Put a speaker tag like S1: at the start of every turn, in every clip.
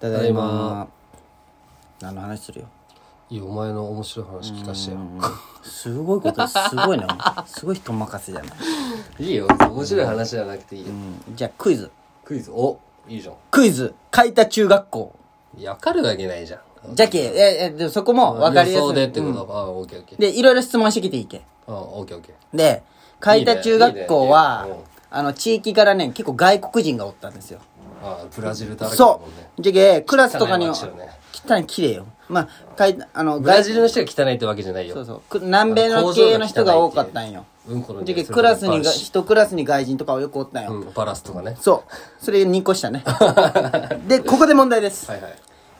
S1: ただいま何の話するよ
S2: いやお前の面白い話聞かしてよ
S1: すごいことすごいな すごい人任せじゃない、
S2: いいよ面白い話じゃなくていいよ、
S1: うん、じゃあクイズ
S2: クイズおいいじゃん
S1: クイズ開田中学校
S2: いやわかるわけないじゃん
S1: じゃけええでもそこも分かりや
S2: 予想
S1: す
S2: で
S1: い
S2: ってことか、ああオッケーオッケー
S1: でいろいろ質問してきていいけ
S2: ああオッケーオッケー
S1: で開田中学校はい
S2: いねいいねいいね
S1: あの地域からね結構外国人がおったんですよ
S2: ああブラジルだらけだ
S1: そ
S2: もんね
S1: うじゃけクラスとかに
S2: 汚い
S1: は
S2: 街よね
S1: 汚い綺麗よまあかいあの
S2: ブラ
S1: 外
S2: ジルの人が汚いってわけじゃないよ
S1: そうそうく南米の系の人が多かったんよ
S2: うんこの
S1: じゃ
S2: 匂
S1: け
S2: いする
S1: クラスに
S2: バ
S1: が
S2: ラシ
S1: 一クラスに外人とかはよくおったんよ、
S2: うんバラスとかね
S1: そうそれ2個したねでここで問題です、
S2: はいはい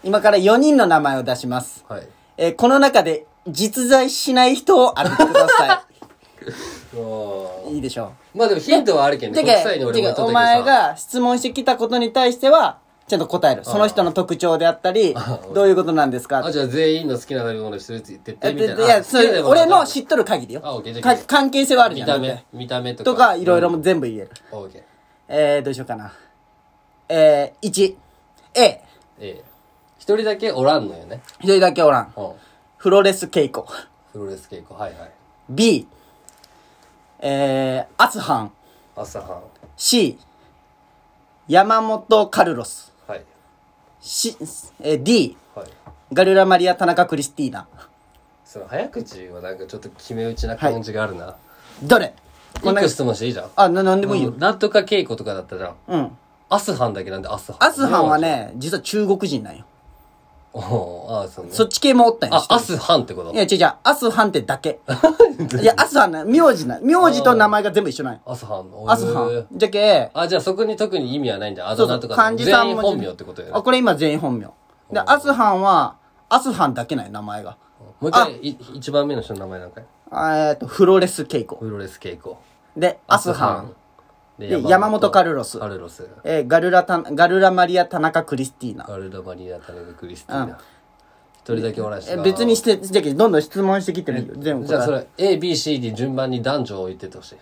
S1: 今から4人の名前を出します、
S2: はい
S1: えーこの中で実在しない人を当ててくださ
S2: あ
S1: いいいでしょ
S2: あまあでもヒントはあるけ
S1: うん
S2: ね
S1: じゃ
S2: 国際に俺も言
S1: け
S2: っとっ
S1: お
S2: たけ
S1: 前
S2: どさ
S1: が質問してきたことに対してはちゃんと答えるその人の特徴であった りどういうことなんですか
S2: あじゃあ全員の好きな食べ物一人ずつ言ってって
S1: え
S2: みたい
S1: で
S2: ない
S1: や、それ、俺の
S2: 知
S1: 知っとる限りよ。
S2: あオッケーじゃあ
S1: か関係性はあるじ
S2: 見
S1: ゃん。
S2: た
S1: だっ
S2: 目
S1: て
S2: 見た目とか
S1: とか、いろいろも全部言える。
S2: オーケー
S1: えー、どうしようかな。えー、1、A、
S2: ええ一人だけおらんのよね
S1: 一人だけおらん。
S2: うん
S1: フロレス稽古。
S2: プロレス稽古はいはい
S1: B、えー、アスハン。
S2: 朝飯
S1: C、山本カルロス。
S2: はい
S1: C、えー D、
S2: はい
S1: ガルラマリア田中クリスティーナ。
S2: その早口はなんかちょっと決め打ちな感じがあるな
S1: どれ
S2: 一個質問していいじゃん
S1: あ、な、なんでもいいよ。
S2: なんとか稽古とかだったじゃん
S1: うん。
S2: アスハンだけなんでアスハン
S1: アスハンはね、実は中国人なんよ。
S2: おおああそうね
S1: そっち系もおったんよ
S2: あ。アスハンってこと
S1: いや、違う違う、アスハンってだ け。いや、アスハンな、名字な、名字と名前が全部一緒なんよ。
S2: アスハンの
S1: アスハ
S2: へえ
S1: ン。じゃけ、
S2: あじゃあそこに特に意味はないんだあだ名とか
S1: 漢字三
S2: 全員
S1: 文字。
S2: 本名ってことよね
S1: あ、これ今全員本名。で、アスハンは、アスハンだけなんよ、名前が。
S2: もう一回い一番目の人の名前なんかい
S1: あえっと、フロレス稽古。
S2: プロレス稽古
S1: で、アスハン。
S2: で
S1: で、山本カルロス
S2: カ。ルロス
S1: えーガルラタ、ガルラマリア・田中クリスティーナ。
S2: ガルダマリア・タネガ・クリスティーナ一人だけおらんし
S1: え
S2: な
S1: 別にして、じゃけどんどん質問してきてもいいよ。全部
S2: じゃあ
S1: 答
S2: そ
S1: え。
S2: れ ABCD 順番に男女を言ってってほしい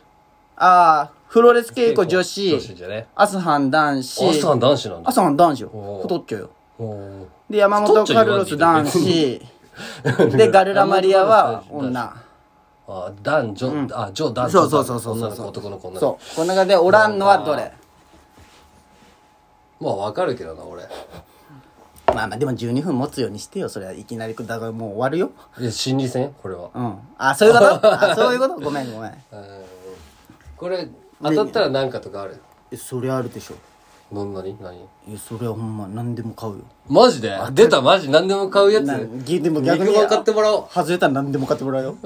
S1: あー、フロレス稽古女
S2: 女子
S1: 子、
S2: じゃね
S1: アスハン男子、
S2: アスハン男子なん
S1: ア
S2: だ
S1: スハン男子よ。
S2: おー
S1: 太っちょよ。
S2: おー
S1: で、山本カルロス男子。で、ガルラマリアは女。
S2: あ男女、あ女男女
S1: そうそうそうそう
S2: 女の子男の子女の子
S1: そう。この中でおらんのはどれ
S2: まあわかるけどな俺
S1: まあまあ、でも12分持つようにしてよ。それはいきなり、だからもう終わるよ。
S2: いや心理戦これは
S1: うん。あ、そういう ことあ、そういうことごめんごめん。
S2: うんこれ当たったら何かとかある
S1: え、そりゃあるでしょ。
S2: どんなに何
S1: え、そりゃほんま、何でも買うよ。
S2: マジで出たマジ何でも買うやつ
S1: なぎでも逆
S2: 肉
S1: に。
S2: まん買ってもらおう
S1: 外れたら何でも買ってもらうよ。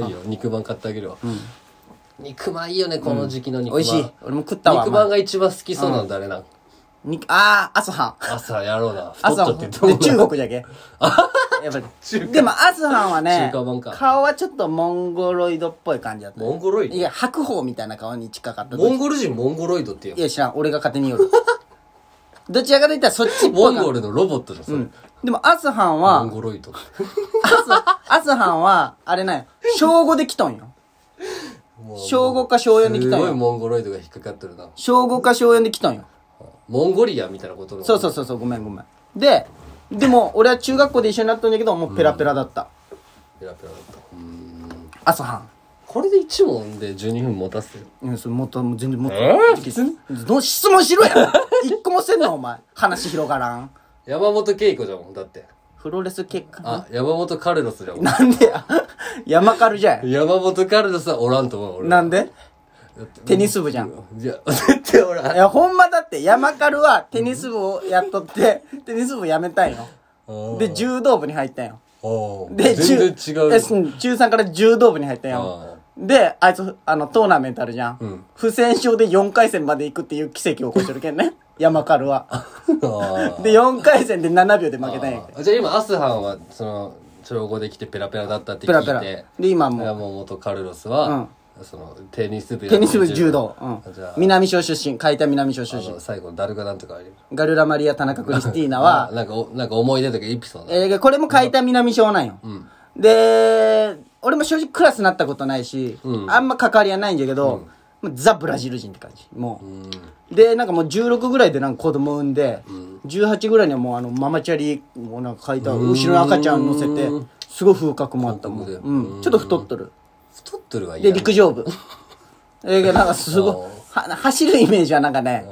S2: いいよ肉まん買ってあげるわ、肉まんいいよねこの時期の肉
S1: 美
S2: まん、
S1: 味しい。俺も食ったわ。
S2: 肉まんが一番好きそうなの誰なん
S1: 肉あー、アスハン。
S2: 朝やろ うな
S1: ア
S2: 太っ
S1: スハ
S2: た
S1: ン。
S2: って
S1: で
S2: どうな
S1: 中国じゃ け。やっぱりでもアスハンはね
S2: 中華版か
S1: 顔はちょっとモンゴロイドっぽい感じだったね
S2: モンゴロイド
S1: いや白鵬みたいな顔に近かった
S2: モンゴル人モンゴロイドっていう
S1: いや知らん俺が勝手に言う よどちらかといったらそっちっぽ
S2: モ
S1: い
S2: ン
S1: 感
S2: ゴルのロボットじゃんそれ、
S1: じでもアスハン
S2: モン
S1: は
S2: ゴロイド
S1: アスアスハンはあれなんよ小5で来とんよ小5か小4で来
S2: す
S1: とん
S2: ごい
S1: よ
S2: モンゴロイドが引っかかってるな
S1: 小5か小4で来とんよ
S2: モンゴリアみたいなことの
S1: そうそうそうそうごめんごめんででも俺は中学校で一緒になったんだけどもうペラペラだった、
S2: ペラペラだったうん
S1: アスハン
S2: これで1問で12分持たせる
S1: うん、それもっと、もう全然もっと。
S2: えー
S1: どう質問しろや一個もせんのお前。話広がらん。
S2: 山本恵子じゃもんだって
S1: プロレス結果。
S2: あ山本カルロスじゃもん
S1: なんでや。山カルじゃん。
S2: 山本カルロスはおらんと思う俺
S1: なんでテニス部じゃん。
S2: いや絶対おらん
S1: いや、ほんまだって、山カルはテニス部をやっとって、テニス部やめたんよ。で、柔道部に入ったんよ。
S2: おー
S1: で、
S2: 全
S1: 中
S2: 然違う
S1: えうん中3から柔道部に入ったんよ。で、あいつ、あの、トーナメントあるじゃん。
S2: うん
S1: 不戦勝で4回戦まで行くっていう奇跡を起こしてるけんね。山カルは。
S2: あ ー
S1: で、4回戦で7秒で負けたんやけど。
S2: あじゃあ今アスハンはその小5で来てペラペラだったって聞いて
S1: ペラペラで今もう
S2: 山本カルロスは、そのテニス部や
S1: テニス部柔道、うん
S2: じゃあ、
S1: 南小出身海田南小出
S2: あ
S1: 身
S2: の最後誰かなんとかある
S1: ガルラマリア田中クリスティーナは、
S2: なんかおなんか思い出とかエピソード
S1: えーこれも海田南小なんよ、で俺も正直クラスになったことないし、あんま関わりはないんだけど、まあザ・ブラジル人って感じ。もう。で、なんかもう16ぐらいでなんか子供産んで、18ぐらいにはもうあの、ママチャリをなんか書いた後ろの赤ちゃん乗せて、すごい風格もあったもん。
S2: 風格で
S1: うん。ちょっと太っとる。
S2: 太っとるはいい
S1: で、
S2: や
S1: 陸上部。え、なんかすごい、は走るイメージはなんかね、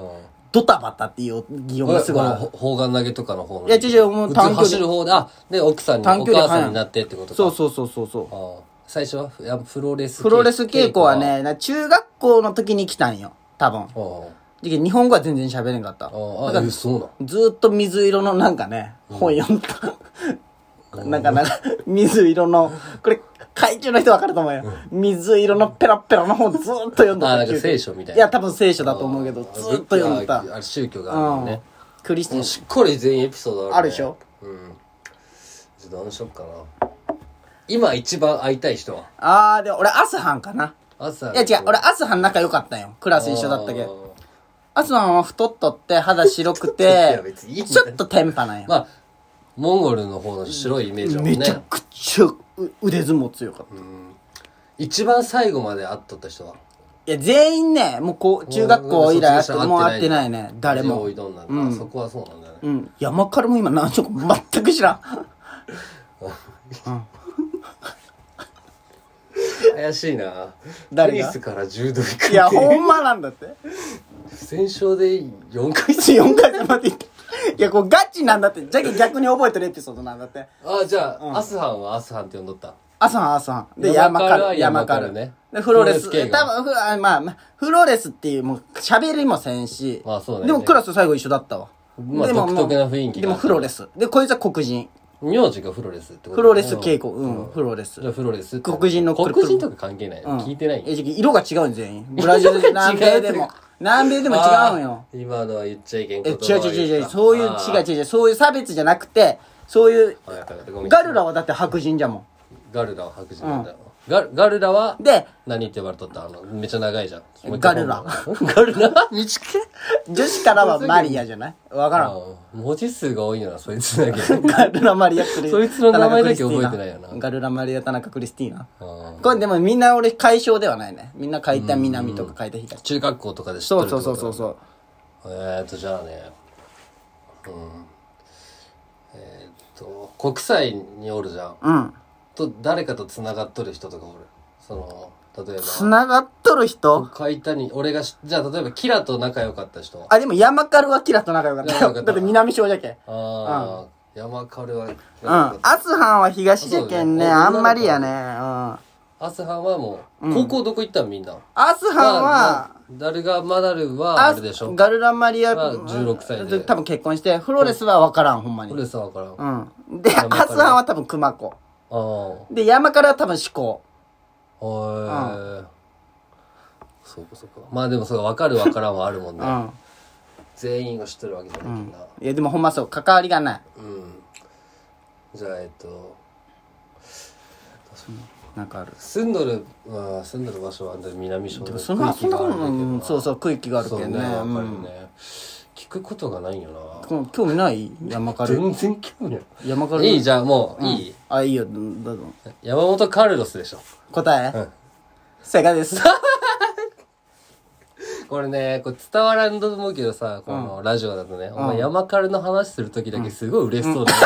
S1: ドタバタっていう擬音がすごいある。
S2: ほ砲丸投げとかの方の
S1: いや違う違うもう
S2: 普通
S1: 短距離
S2: 走る方であで奥さんにお
S1: 短距離
S2: 母さんになってってことか
S1: そうそうそうそうそう。
S2: ああ最初はやプロレス
S1: プロレス稽古はね、な中学校の時に来たんよ。多分。
S2: ああ
S1: で日本語は全然喋れんかった。
S2: あああえそうなん
S1: ずーっと水色のなんかね、本読んだ。なんかなんか、水色の、これ、海中の人わかると思うよ。水色のペラペラの本ずーっと読んだ。
S2: あなんか聖書みたいない
S1: や、多分聖書だと思うけど、ずーっと読んだ
S2: あ。あれ宗教があるもん
S1: う
S2: ね
S1: ん。クリスチャン。
S2: しっかり全員エピソードある、ね、
S1: あるでしょ
S2: うんちょっと何しよっかな今一番会いたい人は
S1: あー、で、俺、アスハンかな。
S2: 朝
S1: いや違う、俺、アスハン仲良かったんよ。クラス一緒だったけど。アスハンは太っとって、肌白く
S2: や
S1: て
S2: 別に いい、んだ
S1: ちょっとテンパなんよ
S2: ま。あモンゴルの方の白いイメージだもん
S1: め
S2: ね
S1: ちゃくちゃう腕相撲強かった。
S2: 一番最後まで会っとった人はい
S1: や、全員ね、もうこう、中学校以来、もう会ってないね、誰も
S2: お。いどんなんだ、あそこはそうなんだね、
S1: うん。山からも今何色か全く知らん。
S2: 怪しいな
S1: 誰
S2: テ
S1: が
S2: ニスから柔道行くって
S1: いや、ほんまなんだ って。
S2: 戦勝で4回戦
S1: 4回戦まで行った。いや、こうガチなんだって。じゃけ逆に覚えてるエピソードなんだって。
S2: あじゃあ、アスハンはアスハンって呼んどった
S1: 朝は朝は。で、
S2: 山
S1: 山
S2: から
S1: から、
S2: 山
S1: 山
S2: か
S1: からら。
S2: ね
S1: ね。で、フロレス。
S2: フロレス系が
S1: 多分、フあまあまあ、フロレスっていう、もう、喋りもせんし。
S2: まあそうだよね
S1: でも、クラス最後一緒だったわ。
S2: まあ
S1: でも
S2: 独特な雰囲気
S1: で
S2: が
S1: も、フロレス。で、こいつは黒人。
S2: 名字がフロレスってこと
S1: フロレス稽古。うん、フロレス
S2: じゃ。あフロレスって
S1: 黒人の
S2: 黒
S1: 黒
S2: 人とか関係ない、
S1: うん
S2: 聞いてない
S1: えじゃあ色が違うん全員ブラジ ル南米でも南米でも違うのよ
S2: あー今のは言っちゃいけん
S1: え
S2: こ
S1: 違
S2: と
S1: う違う違う違うそういう違う違う違うそういう差別じゃなくてそういうガルラはだって白人じゃも
S2: ガルラは白人なんだよ、ガルガルラは
S1: んで
S2: 何って呼ばれとったあのめっちゃ長いじゃんもう一
S1: ガ
S2: 回
S1: ルラ
S2: ガルラ短い
S1: 女子からはマリアじゃないわからん
S2: 文字数が多いのはそいつだ け
S1: ガルラマリアクリ
S2: そいつの名前だけ
S1: 田中クリスティー
S2: 覚えてないよな
S1: ガルラマリア田中クリスティーナ
S2: うん
S1: これでもみんな俺解消ではないねみんな書いた南とか書いた東
S2: 中学校とかで知っ
S1: そ
S2: とる
S1: うそうそうそうそう
S2: うえー、っとじゃあねうんえー、っと国際におるじゃん
S1: うん
S2: と誰かとつながっとる人とかおるその例えば
S1: つながっとる人
S2: 海谷俺がしじゃあ例えばキラと仲良かった人あ
S1: あでも山カルはキラと仲良かった
S2: 仲良かっ
S1: よ
S2: た
S1: だって南小じゃけん
S2: あー、山軽は
S1: うん。アスハンは東世間ね、
S2: あ
S1: あ
S2: そうんだ
S1: ま
S2: ね
S1: りやね。うん。ア
S2: アスハンはもう高校どこ行ったんみんな、
S1: スハンは、
S2: ダルガマダルは
S1: ア
S2: あ
S1: ス
S2: れでしょ
S1: ガルラマリア、
S2: まあ16歳で
S1: 多分結婚して、フロレスは分からん、ほんまに。
S2: 俺さわからん、
S1: う
S2: あ
S1: ん。で、ア
S2: 山から
S1: スハンは多分熊子。
S2: あ
S1: で、山からは多分志向。
S2: はい、そうかそうかまあでもそうか分かる分からんはあるもんね、
S1: うん。
S2: 全員が知ってるわけじゃないんだ
S1: いや、でもほんまそう、関わりがない。
S2: うん、じゃあえっと
S1: なんかある。
S2: 住んどる、まあ、住んどる場所は南小
S1: で
S2: で
S1: もそんな、そんなこと
S2: だけど
S1: うん
S2: な
S1: そうそう、区域があるけ
S2: そう
S1: ど
S2: ね
S1: ね。
S2: やっ
S1: う
S2: ぱり
S1: ん
S2: ね聞くことがないよな
S1: こ興味ない山から。
S2: 全然興味ない
S1: 山から。
S2: いいじゃあもう、いい
S1: あ、いいよ、どどうぞ。
S2: 山本カルロスでしょ
S1: 答え
S2: うん
S1: 正解です。
S2: これねこれ伝わらんと思うけどさこのラジオだとね、お前山カルの話する時だけすごい嬉しそうだね、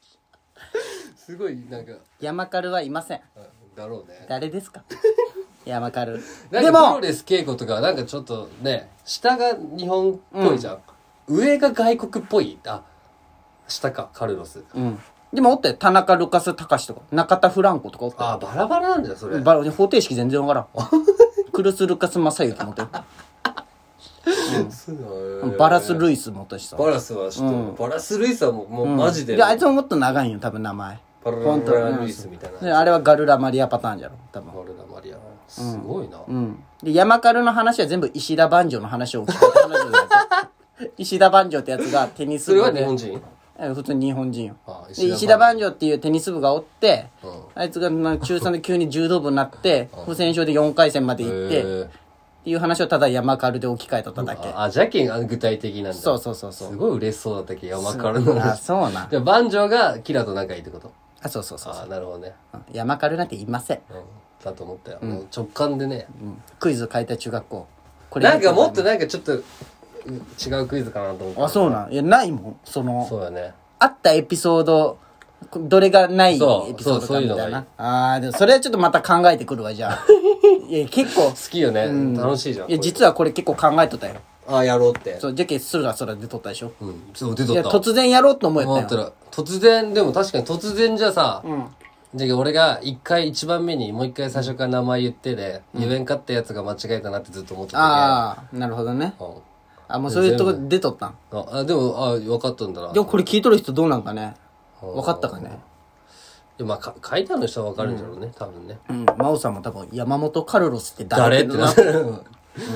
S2: すごいなんか
S1: 山からはいません。
S2: だろうね
S1: 誰です か山カル
S2: なん
S1: で
S2: かプロ
S1: も
S2: レス稽古とかはなんかちょっとね下が日本っぽいじゃん、上が外国っぽいあ下かカルロス
S1: うんでもおったよ田中ルカス隆とか中田フランコとかおったよ
S2: あバラバラなんだよそれ
S1: バラ方程式全然わから んクルス・ルカス・マサユキもおったよ
S2: そうだね
S1: バラス・ルイスもおったしさ
S2: バラスは知ってる、バラス・ルイスはもうもうマジで、
S1: であいつももっと長いんよ多分名前
S2: バラバラルイスみたいな、
S1: であれはガルラ・マリアパターンじゃろ多分
S2: バルダマリアすごいな、
S1: うんで山カルの話は全部石田万丈の話を聞く話なんだよ 石田万丈ってやつがテニス
S2: それ
S1: 部
S2: は日
S1: で
S2: 本人
S1: え普通に日本人よ
S2: あ石
S1: で
S2: 田
S1: 石田万丈っていうテニス部がおって、
S2: うん
S1: あいつがな中3で急に柔道部になって、不戦勝で4回戦まで行って、
S2: へー
S1: っていう話をただ山軽で置き換えとっただけ。
S2: あじゃけんあ具体的なんだ
S1: そうそうそうそう。
S2: すごい嬉しそうだったっけ山からの
S1: あ、
S2: 話
S1: そうなん。
S2: じゃあバンジョーがキラと仲いいってこと
S1: あ、そうそうそう。
S2: ああなるほどね
S1: 山軽なんていません。
S2: だと思ったよ、もう直感でね
S1: うんクイズを変えた中学校こ
S2: なんかもっとなんかちょっとう違うクイズかなと思った
S1: あそうなんいやないもんその
S2: そうだね
S1: あったエピソードどれがないエピ
S2: そ
S1: ソ
S2: う
S1: ード
S2: そうそ
S1: か
S2: ういう
S1: み
S2: の
S1: た
S2: がい
S1: い
S2: い
S1: なああでもそれはちょっとまた考えてくるわじゃ あいや結構
S2: 好きよね、楽しいじゃん
S1: いや実はこれ結構考えとったよ
S2: ああやろうって
S1: そうじゃけすらそら出とったでしょ
S2: うんそう出
S1: い
S2: と
S1: や
S2: った
S1: 突然やろうと思え
S2: 思
S1: た
S2: った
S1: よ
S2: ら突然でも確かに突然じゃさ、じゃあ俺が一回一番目にもう一回最初から名前言ってで、言えんかったやつが間違えたなってずっと思ってた
S1: ああなるほどね
S2: けど、
S1: あもうそういうとこ出とったん
S2: うんああでもあ分かったんだな
S1: でもこれ聞いとる人どうなんかね分かったかね
S2: でまあか書いてある人は分かるんだろうね、多分ね
S1: うん真央さんも多分山本カルロスって誰
S2: 誰
S1: だ
S2: っ
S1: け
S2: て
S1: ど
S2: な
S1: な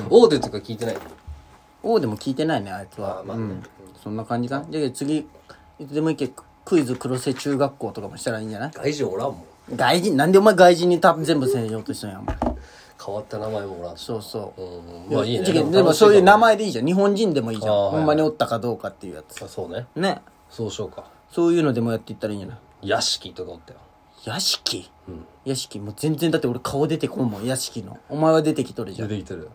S2: オーデとか聞いてない
S1: 王でも聞いてないねあいつはうんそんな感じかなじゃあ次いつでもいいけクイズ黒瀬中学校とかもしたらいいんじゃない
S2: 外人おらんもん
S1: 外人なんでお前外人にた全部専用としてんやん
S2: 変わった名前もおらんし
S1: そうそう
S2: うんまあいいね
S1: じゃけ
S2: も
S1: でもそういう
S2: 楽し
S1: 名前でいいじゃん日本人でもいいじゃん
S2: あーはい
S1: ほんまにおったかどうかっていうやつ
S2: いかもあそうね
S1: ね
S2: そうしようか
S1: そういうのでもやっていったらいいんじゃない
S2: 屋敷とかおったよ
S1: 屋敷屋敷もう全然だって俺顔出てこんもん屋敷のお前は出てきとるじゃんへ
S2: 出てきてる、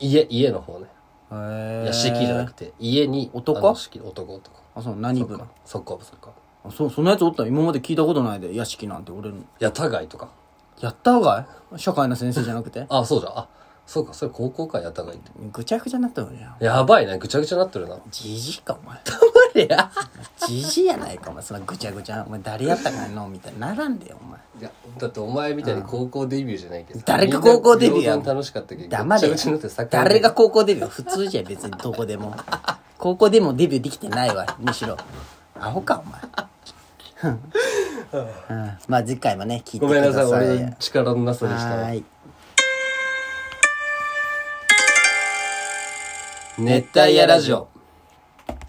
S2: 家家の方ねい
S1: え
S2: や四季じゃなくて家に
S1: 男
S2: あの四季男とか
S1: あそう何部な
S2: そっかそっか
S1: あそうそんなやつおった今まで聞いたことないで屋敷なんて俺の
S2: 屋台とか
S1: やったほうがい社会の先生じゃなくて
S2: あそうじゃんあそうかそれ高校か屋台って
S1: ぐちゃぐちゃになったわけやん
S2: やばいねぐちゃぐちゃになってるな
S1: じじいかお前
S2: 無理や
S1: じじいやないかお前そんなぐちゃぐちゃお前誰やったかいのみたいにならんでよお前
S2: いやだってお前みたいに高校デビューじゃないけど
S1: 誰が高校デビューや
S2: みんな平等に楽しかったけど
S1: 黙れ
S2: ぐちゃぐちゃになってサッカー
S1: 誰が高校デビュー普通じゃ別にどこでも高校でもデビューできてないわむしろアホかお前うんまあ次回もね聞いて
S2: ご
S1: く
S2: めんな
S1: だ
S2: さ
S1: さ
S2: い
S1: い
S2: 俺の力のなさでした
S1: は
S2: わ
S1: ーい
S2: 熱帯夜ラジオ